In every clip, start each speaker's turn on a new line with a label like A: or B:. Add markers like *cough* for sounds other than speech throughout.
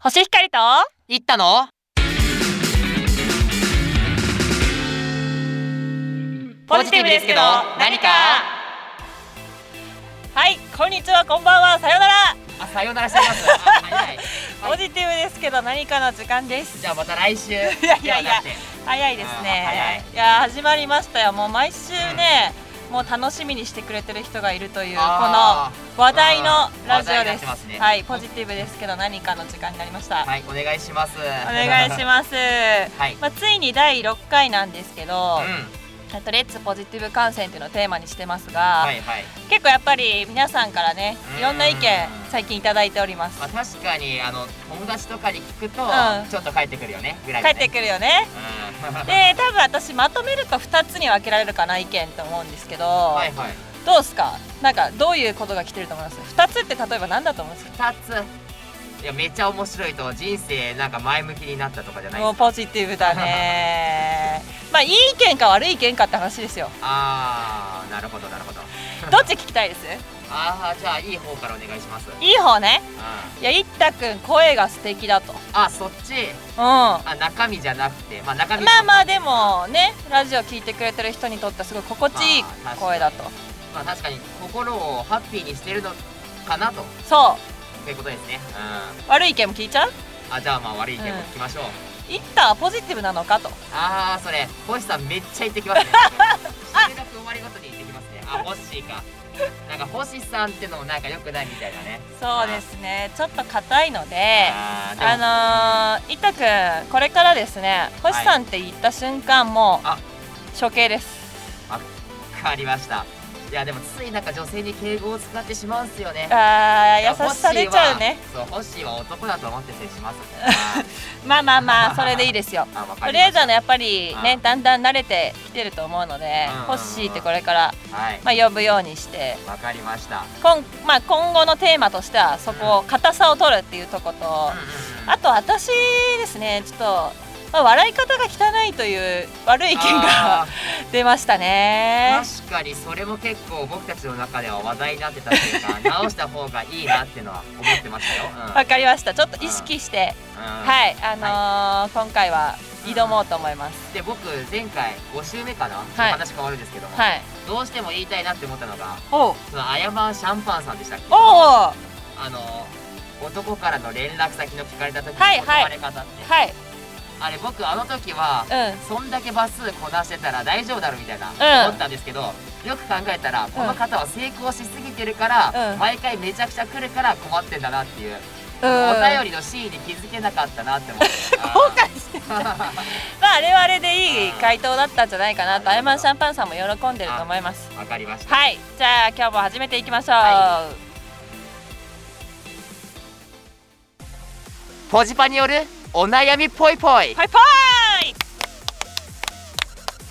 A: 星光と
B: 行ったのポジティブですけど何か
A: はいこんにちはこんばんはさよなら
B: あさようならしてますあ早い *laughs* はい
A: ポジティブですけど何かの時間です
B: じゃあまた来週い
A: やいやいや
B: って
A: 早いですね
B: う
A: いやー始まりましたよもう毎週ね、もう楽しみにしてくれてる人がいるというこの
B: あ
A: 話題のラジオ
B: 話題にな
A: で
B: っ
A: す
B: てますね
A: はいポジティブですけど何かの時間になりました、
B: はいお願いしますお
A: お願いし
B: す
A: ます
B: *laughs*
A: *laughs*
B: はい
A: まあ、ついに第6回なんですけど
B: うん
A: 「えっとレッツポジティブ観戦」っていうのをテーマにしてますが、
B: はいはい
A: 結構やっぱり皆さんからね
B: うん
A: いろんな意見最近いただいております
B: まあ確かにあの友達とかに聞くと
A: ん
B: ちょっと帰ってくるよねぐらい
A: 帰
B: だ
A: っ
B: ね
A: てくるよね
B: うん *laughs*
A: で多分私まとめると2つに分けられるかな意見と思うんですけど、
B: はいはい
A: どうですかなんかどういうことが来てると思います2つって例えば何だと思うんです
B: 二ついやめっちゃ面白いと人生なんか前向きになったとかじゃ
A: か
B: ない
A: もう
B: ですか
A: ポジティブだ
B: *laughs*
A: ねまあいい意見か悪い意見かって話ですよ
B: あーなるほどなるほど
A: どっち聞きたいです
B: あーじゃあいい方からお願いします
A: いい方ね
B: うん
A: いやいったくん声が素敵だとうん
B: あそっち
A: ま
B: あ中身じゃなくてまあ中身
A: あまあでもねラジオ聞いてくれてる人にとってはすごい心地いい
B: あー
A: 声だと
B: まあ確かに心をハッピーにしてるのかなと
A: そ
B: いうことですね
A: う悪い意見も聞いちゃう
B: うんあじゃあまあ悪い意見も聞きましょう、
A: いったはポジティブなのかと
B: ああそれ星さんめっちゃ言ってきます
A: *laughs*
B: ね収録終わりごとに言ってきますねあ星かなんか星さんってのもなんか良くないみたいなね
A: そうですねちょっと硬いので
B: あーでも
A: あのー、いったくんこれからですね星さんって言った瞬間もう
B: あ
A: 処刑です
B: 変わりましたいやでもついなんか女性に敬語を使ってしまうんすよね
A: あ
B: いや
A: ー優しさ出ちゃうね
B: 星はそう星は男だと思って接
A: *laughs*
B: しますね
A: まあまあまあそれでいいですよ
B: あわ
A: と
B: かり
A: り
B: ま
A: あえ
B: し
A: ずあ
B: た
A: のやっぱりね
B: あ
A: だんだん慣れてきてると思うので
B: うんうんうん
A: ホッシーってこれから、
B: はい
A: まあ、呼ぶようにして
B: わかりました
A: 今,、まあ、今後のテーマとしてはそこを硬さを取るっていうとこと
B: うんうんうん
A: あと私ですねちょっと、まあ、笑い方が汚いという悪い意見が
B: あ
A: *laughs* 出ましたね
B: ー確かにそれも結構僕たちの中では話題になってたというか直した方がいいなってのは思ってましたよ、うん
A: わかりましたちょっと意識して
B: うん
A: はいあのー今回は挑もうと思います
B: で僕前回5週目かな、
A: い
B: 話変わるんですけども、
A: はい
B: どうしても言いたいなって思ったのが
A: おう
B: そのアヤマンシャンパンさんでしたっけ
A: おうは
B: あの男からの連絡先の聞かれた時の
A: はいはい
B: 断られ方って、
A: い
B: あれ僕あの時は
A: うん
B: そんだけバスこなしてたら大丈夫だろみたいな、
A: うん
B: 思ったんですけどよく考えたらこの方は成功しすぎてるから、
A: うん
B: 毎回めちゃくちゃ来るから困ってんだなっていう、
A: うん
B: お便りの真意に気づけなかったなって思って
A: *laughs* 後悔して
B: あ
A: まああれはあれでいい回答だったんじゃないかなとアイマンシャンパンさんも喜んでると思います
B: ーわかりました、
A: はいじゃあ今日も始めていきましょう、
B: はポジパによるお悩みぽいぽい、
A: パイパイ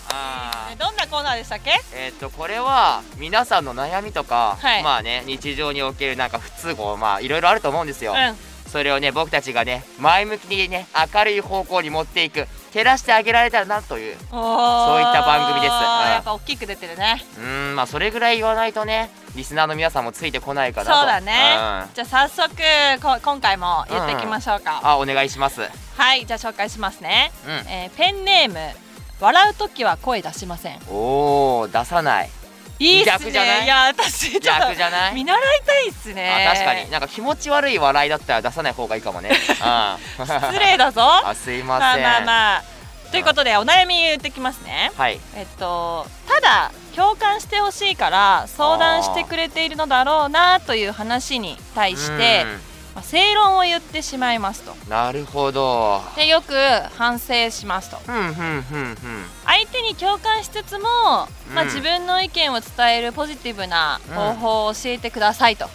B: あー
A: ねどんなコーナーでしたっけ
B: えーっとこれは皆さんの悩みとか、
A: はい
B: まあね日常におけるなんか不都合まあいろいろあると思うんですよ、
A: う
B: それをね僕たちがね前向きにね明るい方向に持っていく照らしてあげられたらなというん
A: おー
B: そういった番組ですうん
A: やっぱ大きく出てるね
B: うーんまあそれぐらい言わないとねリスナーの皆さんもついてこないか
A: そう
B: なと
A: だね、
B: うん
A: じゃあ早速こ今回も言っていきましょうか、
B: あお願いしますうん
A: はいじゃあ紹介しますね、えーペンネーム笑うときは声出しません
B: おお出さない
A: いいっす
B: 逆
A: ね
B: じゃない
A: や私ちょっ
B: 逆
A: と
B: じゃない
A: 見習いたいっすね
B: あ確かになんか気持ち悪い笑いだったら出さない方がいいかも
A: *laughs*
B: ね、うん、
A: 失礼だぞ
B: *laughs* あすいま
A: まあ
B: せん、
A: まあまあということでお悩み言ってきますね
B: はい
A: えっとただ共感してほしいから相談してくれているのだろうなという話に対して、まあ、正論を言ってしまいますと
B: うんなるほど
A: でよく反省しますと
B: ふんふんふんふん
A: 相手に共感しつつも、ま
B: う
A: あ、
B: ん
A: 自分の意見を伝えるポジティブな方法を教えてくださいと、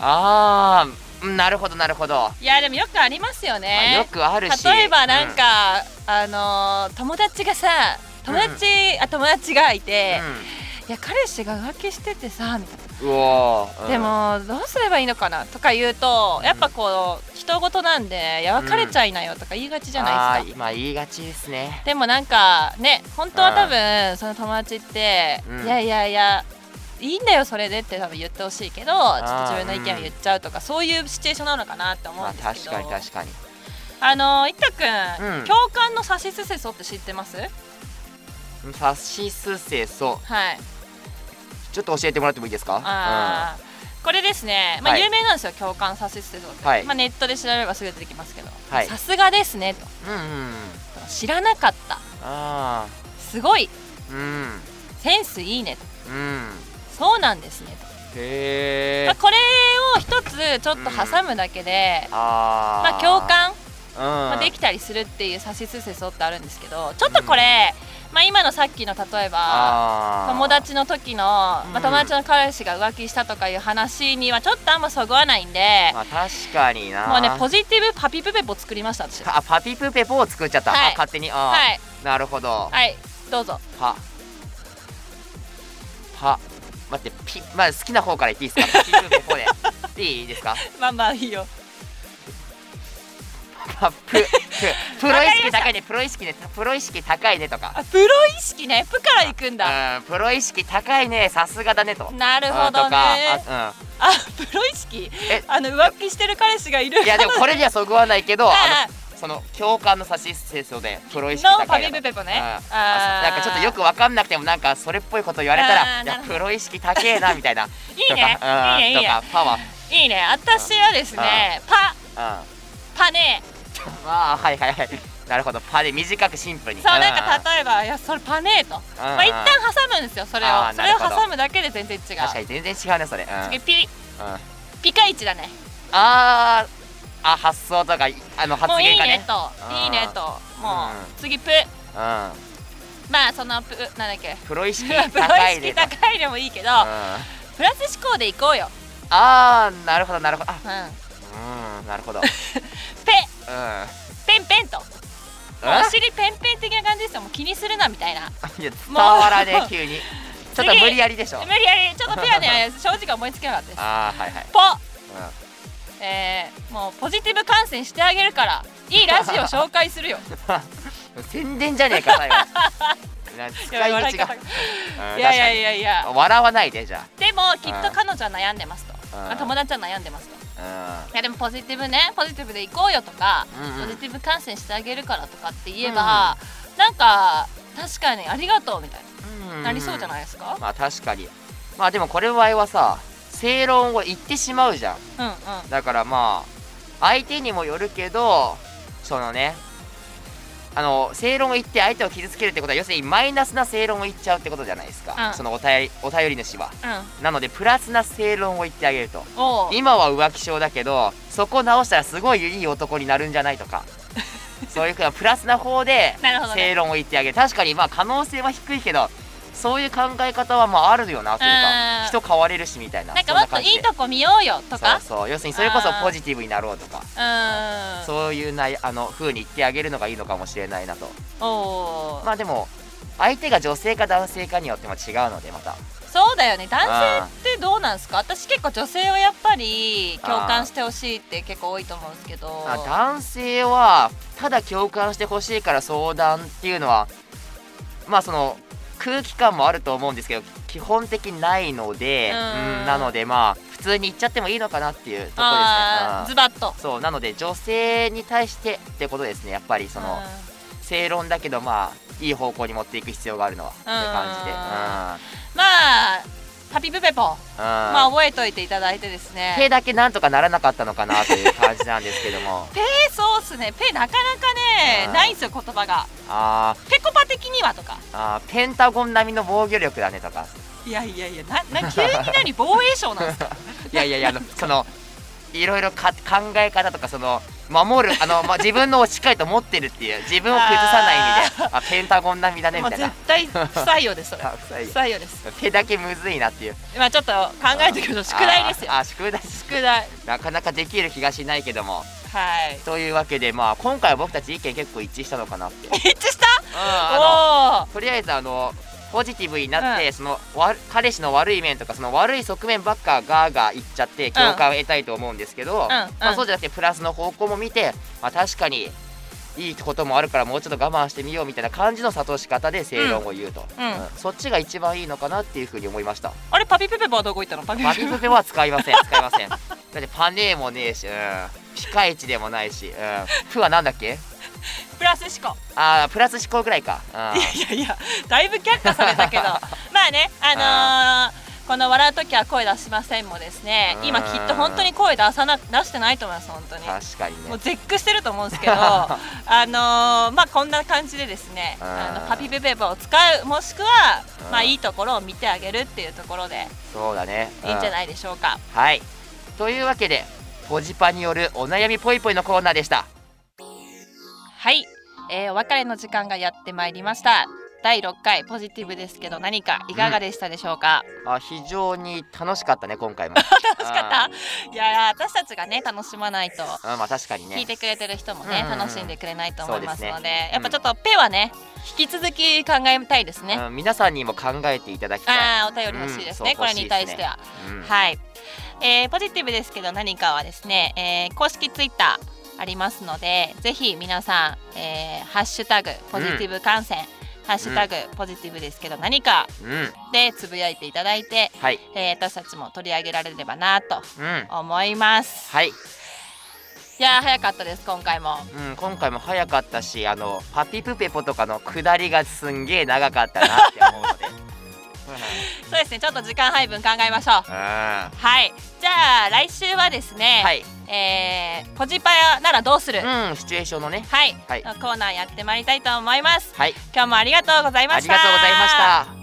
B: あーうんなるほどなるほど、ま
A: いやでもよくありますよ
B: あ
A: ね
B: よ、くあるし
A: 例えばなん、か、あのー友達がさ友達、あ友達がいて、いや彼氏が浮気しててさみたいな、
B: うんうんうおー、うん
A: でもどうすればいいのかなとか言うとやっぱこう人事なんでいや別れちゃいなよとか言いがちじゃないですか、
B: あーまあ言いがちですね
A: でもなんかね本当は多分その友達って、
B: うん
A: いやいやいやいいんだよそれでって多分言ってほしいけどちょっと自分の意見を言っちゃうとか、そういうシチュエーションなのかなって思
B: ま
A: う
B: あ
A: んですけ
B: 確
A: ど、
B: かに確かに
A: あのいったくん、
B: うん
A: 共感のサシスセソって知ってます
B: さしすせそ
A: はい
B: ちょっと教えてもらってもいいですか
A: あーこれですね、まあ、
B: はい
A: 有名なんですよ、共感サシスセソって、
B: はい
A: まあ、ネットで調べればすぐ出てきますけど
B: はい
A: さすがですねと
B: うんうんうん
A: 知らなかった
B: あ
A: すごい
B: ーうん
A: センスいいねと
B: うん
A: そうなんですねと
B: へ
A: まあ
B: え
A: これを一つちょっと挟むだけで、
B: あー
A: まあ、共感、ま
B: う
A: あ、
B: ん
A: できたりするっていう「さしすせそ」ってあるんですけどちょっとこれ、まあ、今のさっきの例えば
B: あー
A: 友達の時の、ま
B: うん
A: あ、友達の彼氏が浮気したとかいう話にはちょっとあんまそぐわないんで
B: まあ確かにな
A: もうねポジティブパピプペポ作りました私は
B: あパピプペポを作っちゃった、
A: はい
B: あ勝手にあ、
A: はい
B: なるほど、
A: はいどうぞ
B: パパ待ってピまあ好きな方から言っていいですかパピプペポでいいですか
A: まあまあいいよ
B: パプププロ意識高いねプロ意識ねプロ意識高いねとか
A: あプロ意識ねプからいくんだ
B: うんプロ意識高いねさすがだねと
A: なるほ
B: うん
A: ど
B: とか
A: ね
B: あうん
A: あプロ意識
B: え
A: あの浮気してる彼氏がいる
B: いやでもこれにはそぐわない
A: *laughs*
B: けど
A: あ
B: あのその共感の差し接そでプロ意識
A: の
B: 高
A: パ
B: い
A: ピ
B: な
A: プ
B: と
A: ペポね
B: あー
A: あ
B: あ
A: ー
B: そうなんかちょっとよくわかんなくてもなんかそれっぽいこと言われたら
A: あー
B: い
A: な
B: や
A: るほど
B: プロ意識高えなみたいな
A: *laughs* *laughs* いいね
B: とか *laughs* うん
A: いいねいいね
B: とかパワー
A: いいね私はですねパ
B: あ
A: パね
B: あーはいはいはいなるほどパで短くシンプルに
A: そうなん
B: ん
A: か例えば「いやそれパネーと」まあ一旦挟むんですよそれ
B: あ
A: を
B: ー
A: それを
B: なるほど
A: 挟むだけで全然違
B: 確か
A: う
B: に全然違うねそれ、うんうん、
A: 次ピ
B: あ
A: ピカイチだね
B: ーあ発想とかいあの
A: も
B: 発
A: うい
B: 言
A: い
B: がね
A: ねと
B: ー
A: いいねともう
B: うん
A: 次プ
B: う
A: まあそのプなんだっけ
B: ん、プロ意識
A: *laughs* プロ意
B: 高い
A: 識
B: ね
A: 高いでもいいけど
B: うん、あ
A: プラス思考でいこうよ
B: あーなるほどなるほど
A: うん
B: あうんなるほど
A: ペ
B: うん
A: ペンペンと
B: え
A: お尻ペンペン的な感じですよもう気にするなみたいない
B: や伝わらね
A: も
B: え
A: う
B: 急にちょっと無理やりでしょ
A: 無理やりちょっとペア
B: *laughs*
A: ね正直思いつけなかったです
B: ああはいはい、
A: ポ
B: う
A: えー、もうポジティブ観戦してあげるからいいラジオ紹介する
B: *laughs*
A: よ
B: ん、宣伝じゃねえか
A: *laughs*
B: 最後な使
A: 笑い
B: い道が
A: 方が
B: うん
A: いやいや
B: 確
A: いやいや
B: かに笑わないでじゃ
A: でもきっと彼女は悩んでますと、
B: うん
A: まあ友達は悩んでますと
B: あ
A: いやでもポジティブねポジティブで行こうよとか、
B: うんうん
A: ポジティブ観戦してあげるからとかって言えば、なんか確かにありがとうみたい
B: うん、
A: ななりそうじゃないいですか、
B: まあ確かにまあでもこれの場合はさ正論を言ってしまうじゃん
A: うん、うん
B: だからまあ相手にもよるけどそのねあの正論を言って相手を傷つけるってことは要するにマイナスな正論を言っちゃうってことじゃないですか、
A: うん
B: そのお便りお便り主は
A: うん
B: なのでプラスな正論を言ってあげると
A: おう
B: 今は浮気症だけどそこ直したらすごいいい男になるんじゃないと
A: *laughs*
B: かそういうふうなプラスな方で
A: なるほどね
B: 正論を言ってあげる確かにまあ可能性は低いけどそういう考え方はまああるよなという
A: うん
B: か人変われるしみたいな
A: なんかも
B: そ
A: っ
B: な
A: と
B: 感じ
A: いい
B: で
A: とこ見ようよとか
B: そうそう要するにそれこそ
A: あー
B: ポジティブになろうとか
A: うーん
B: そういうないあの風に言ってあげるのがいいのかもしれないなと
A: おう
B: まあでも相手が女性か男性かによっても違うのでまた
A: そうだよね男性ってどうなんですか私結構女性はやっぱり共感してほしいって結構多いと思うんですけど
B: あ男性はただ共感してほしいから相談っていうのはまあその空気感もあると思うんですけど基本的にないので
A: う
B: うんんなのでまあ普通に言っちゃってもいいのかなっていうところ
A: あー
B: で
A: ズ
B: すね
A: バッと
B: うんそうなので女性に対してってことですねやっぱりその正論だけどまあいい方向に持っていく必要があるのはって感じで
A: まあパピプペポ、
B: うん
A: まあ
B: うん
A: 覚えといていただいてです
B: 手
A: ね
B: だけなんとかならなかったのかなという感じなんですけど
A: *laughs*
B: も
A: ペそうっすねペなかなか
B: う
A: ね
B: ん
A: ないんすよ言葉が
B: あー
A: ペコパ的にはとか
B: あーペンタゴン並みの防御力だねとか
A: いやいやいやなな急に何防衛省なんですか
B: いやいやいや、あのそのいろいろか考え方とかその守るあの、ま、自分のをしっかりと持ってるっていう自分を崩さないみたいなあペンタゴン並み *laughs* だね
A: も
B: み
A: う
B: たい
A: 絶
B: な
A: 対不採用
B: *laughs*
A: ですそれ
B: あ
A: 不
B: 不採
A: 採用です
B: 用手だけむずいなっていう
A: まあちょっと考えてください宿題ですよ
B: ああ宿題
A: 宿題
B: なかなかできる気がしないけども
A: はい
B: *laughs* というわけでまあ今回は僕たち意見結構一致したのかな *laughs* って、うん、
A: 一致したお
B: あ
A: お
B: のとりあえずあのポジティブになって、そのわ彼氏の悪い面とかその悪い側面ばっかガーガー言っちゃって共感を得たいと思うんですけ
A: うんう
B: ど、
A: ん
B: まあ、そうじゃなくてプラスの方向も見て、まあ、確かにいいこともあるからもうちょっと我慢してみようみたいな感じの諭し方で正論を言うと、
A: うんうん
B: そっちが一番いいのかなっていうふうに思いました
A: あれパピプペパはどこ行ったのパピ
B: パ
A: プ
B: ピ
A: ペ
B: プ
A: パ
B: ペは使いません使いませんだってパネーもねえし、うん、ピカイチでもないし、うん、プはなんだっけ
A: プラス思考
B: あープラス思考ぐらいか、うん
A: *laughs* いやいやだいぶ却下された
B: *laughs*
A: けどまあねあのーこの笑う時は声出しませんもですね
B: うん
A: 今きっと本当に声出さな出してないと思います本当に
B: 確かに
A: もう
B: ね
A: 絶句してると思うん
B: *laughs*
A: ですけどあのーまあこんな感じでですね
B: うん
A: あのパピペペパを使うもしくは
B: うん
A: まあいいところを見てあげるっていうところで
B: そうだね
A: いいんじゃ
B: い、
A: ないでしょうか、
B: うんはいというわけでポジパによるお悩みぽいぽいのコーナーでした
A: はい、えーお別れの時間がやってまいりました第6回ポジティブですけど何かいかがでしたでしょうか、
B: あ非常に楽しかったね今
A: *laughs*
B: 回も
A: 楽しかったいやー私たちがね楽しまないと
B: た、うん、まあ確かにね
A: 聞いてくれてる人もね、
B: うん
A: 楽しんでくれないと思いますので
B: そうですね
A: やっぱちょっとペはね引き続き考えたいですね、
B: うん、皆さんにも考えていただきたい、
A: ああお便り欲しいですね、
B: うんそ
A: これ
B: う
A: に対しては、
B: うん
A: はい、えーポジティブですけど何かはですね、えー公式ツイッターありますのでぜひ皆さん、えーハッシュタグポジティブ観戦」ハッシュタグポジティブですけど何か
B: うん
A: でつぶやいていただいて、
B: はい
A: えー私たちも取り上げられればなと
B: うん
A: 思います。
B: はい、
A: いやー早かったです今回も。
B: うん、今回も早かったしあのパピプペポとかの下りがすんげえ長かったなって思う
A: *laughs*
B: ので
A: そうですねちょっと時間配分考えましょう。
B: うんは
A: はいじゃあ来週はですね、
B: い、
A: えーポジパヤならどうする、
B: うん、シチュエーションのね
A: はい、
B: はい
A: のコーナーやってまいりたいと思います。
B: はい
A: 今日もありがとうございま
B: あ
A: し
B: り
A: た。
B: がとうございました